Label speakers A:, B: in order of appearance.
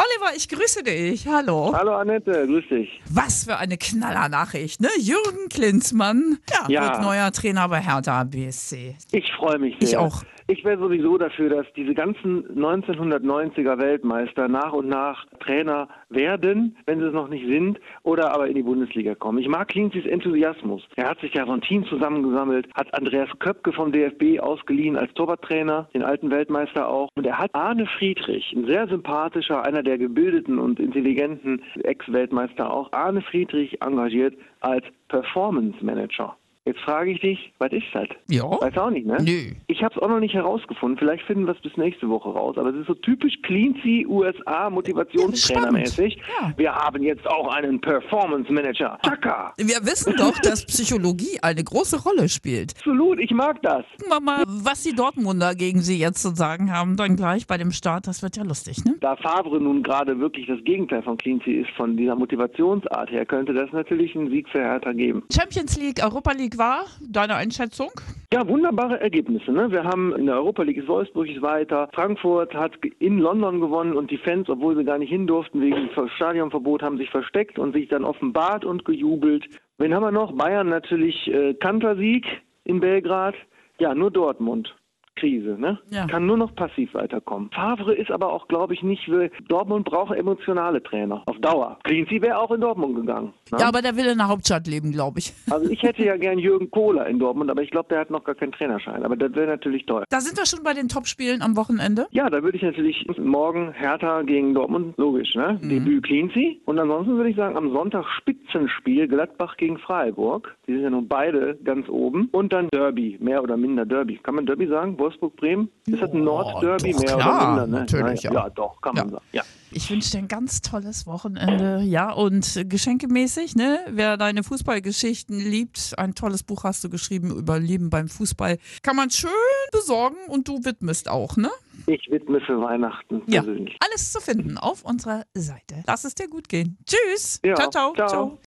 A: Oliver, ich grüße dich. Hallo.
B: Hallo Annette, grüß dich.
A: Was für eine Knallernachricht, ne? Jürgen Klinsmann ja,
B: Ja.
A: wird neuer Trainer bei Hertha BSC.
B: Ich freue mich
A: Ich
B: sehr.
A: auch.
B: Ich wäre sowieso dafür, dass diese ganzen 1990er Weltmeister nach und nach Trainer werden, wenn sie es noch nicht sind, oder aber in die Bundesliga kommen. Ich mag Klinzis Enthusiasmus. Er hat sich ja von Team zusammengesammelt, hat Andreas Köpke vom DFB ausgeliehen als Torwarttrainer, den alten Weltmeister auch. Und er hat Arne Friedrich, ein sehr sympathischer, einer der gebildeten und intelligenten Ex-Weltmeister auch, Arne Friedrich engagiert als Performance Manager. Jetzt frage ich dich, was ist das?
A: Ja.
B: Weiß auch nicht, ne?
A: Nö.
B: Ich habe es auch noch nicht herausgefunden. Vielleicht finden wir es bis nächste Woche raus. Aber es ist so typisch Cleansy USA Motivationstrainermäßig.
A: Ja.
B: Wir haben jetzt auch einen Performance Manager. Chaka!
A: Wir wissen doch, dass Psychologie eine große Rolle spielt.
B: Absolut, ich mag das.
A: Gucken wir mal, was die Dortmunder gegen sie jetzt zu sagen haben, dann gleich bei dem Start. Das wird ja lustig, ne?
B: Da Favre nun gerade wirklich das Gegenteil von Cleansy ist, von dieser Motivationsart her, könnte das natürlich einen Sieg für Hertha geben.
A: Champions League, Europa League war deine Einschätzung?
B: Ja, wunderbare Ergebnisse. Ne? Wir haben in der Europa League ist Wolfsburg ist weiter. Frankfurt hat ge- in London gewonnen und die Fans, obwohl sie gar nicht hin durften wegen Ver- Stadionverbot, haben sich versteckt und sich dann offenbart und gejubelt. Wen haben wir noch? Bayern natürlich äh, Kantersieg in Belgrad. Ja, nur Dortmund. Krise, ne?
A: Ja.
B: Kann nur noch passiv weiterkommen. Favre ist aber auch, glaube ich, nicht. will- Dortmund braucht emotionale Trainer auf Dauer. Cleansy wäre auch in Dortmund gegangen. ne?
A: Ja, aber der will in der Hauptstadt leben, glaube ich.
B: Also ich hätte ja gern Jürgen Kohler in Dortmund, aber ich glaube, der hat noch gar keinen Trainerschein. Aber das wäre natürlich toll.
A: Da sind wir schon bei den Topspielen am Wochenende.
B: Ja, da würde ich natürlich morgen Hertha gegen Dortmund, logisch, ne?
A: Mhm.
B: Debüt Cleansy. Und ansonsten würde ich sagen, am Sonntag Spitzenspiel Gladbach gegen Freiburg. Die sind ja nun beide ganz oben. Und dann Derby, mehr oder minder Derby. Kann man Derby sagen? Wolfsburg-Bremen? Ist das ein Nordderby,
A: doch,
B: mehr
A: klar,
B: oder minder? Ne?
A: natürlich,
B: ja.
A: ja.
B: ja, doch, kann man
A: Ja.
B: sagen. Ja.
A: Ich wünsche dir ein ganz tolles Wochenende. Ja, und äh, geschenkemäßig, ne? Wer deine Fußballgeschichten liebt, ein tolles Buch hast du geschrieben über Leben beim Fußball. Kann man schön besorgen und du widmest auch, ne?
B: Ich widme für Weihnachten
A: Ja.
B: persönlich.
A: Alles zu finden auf unserer Seite. Lass es dir gut gehen. Tschüss.
B: Ja,
A: ciao, ciao.
B: ciao.
A: ciao.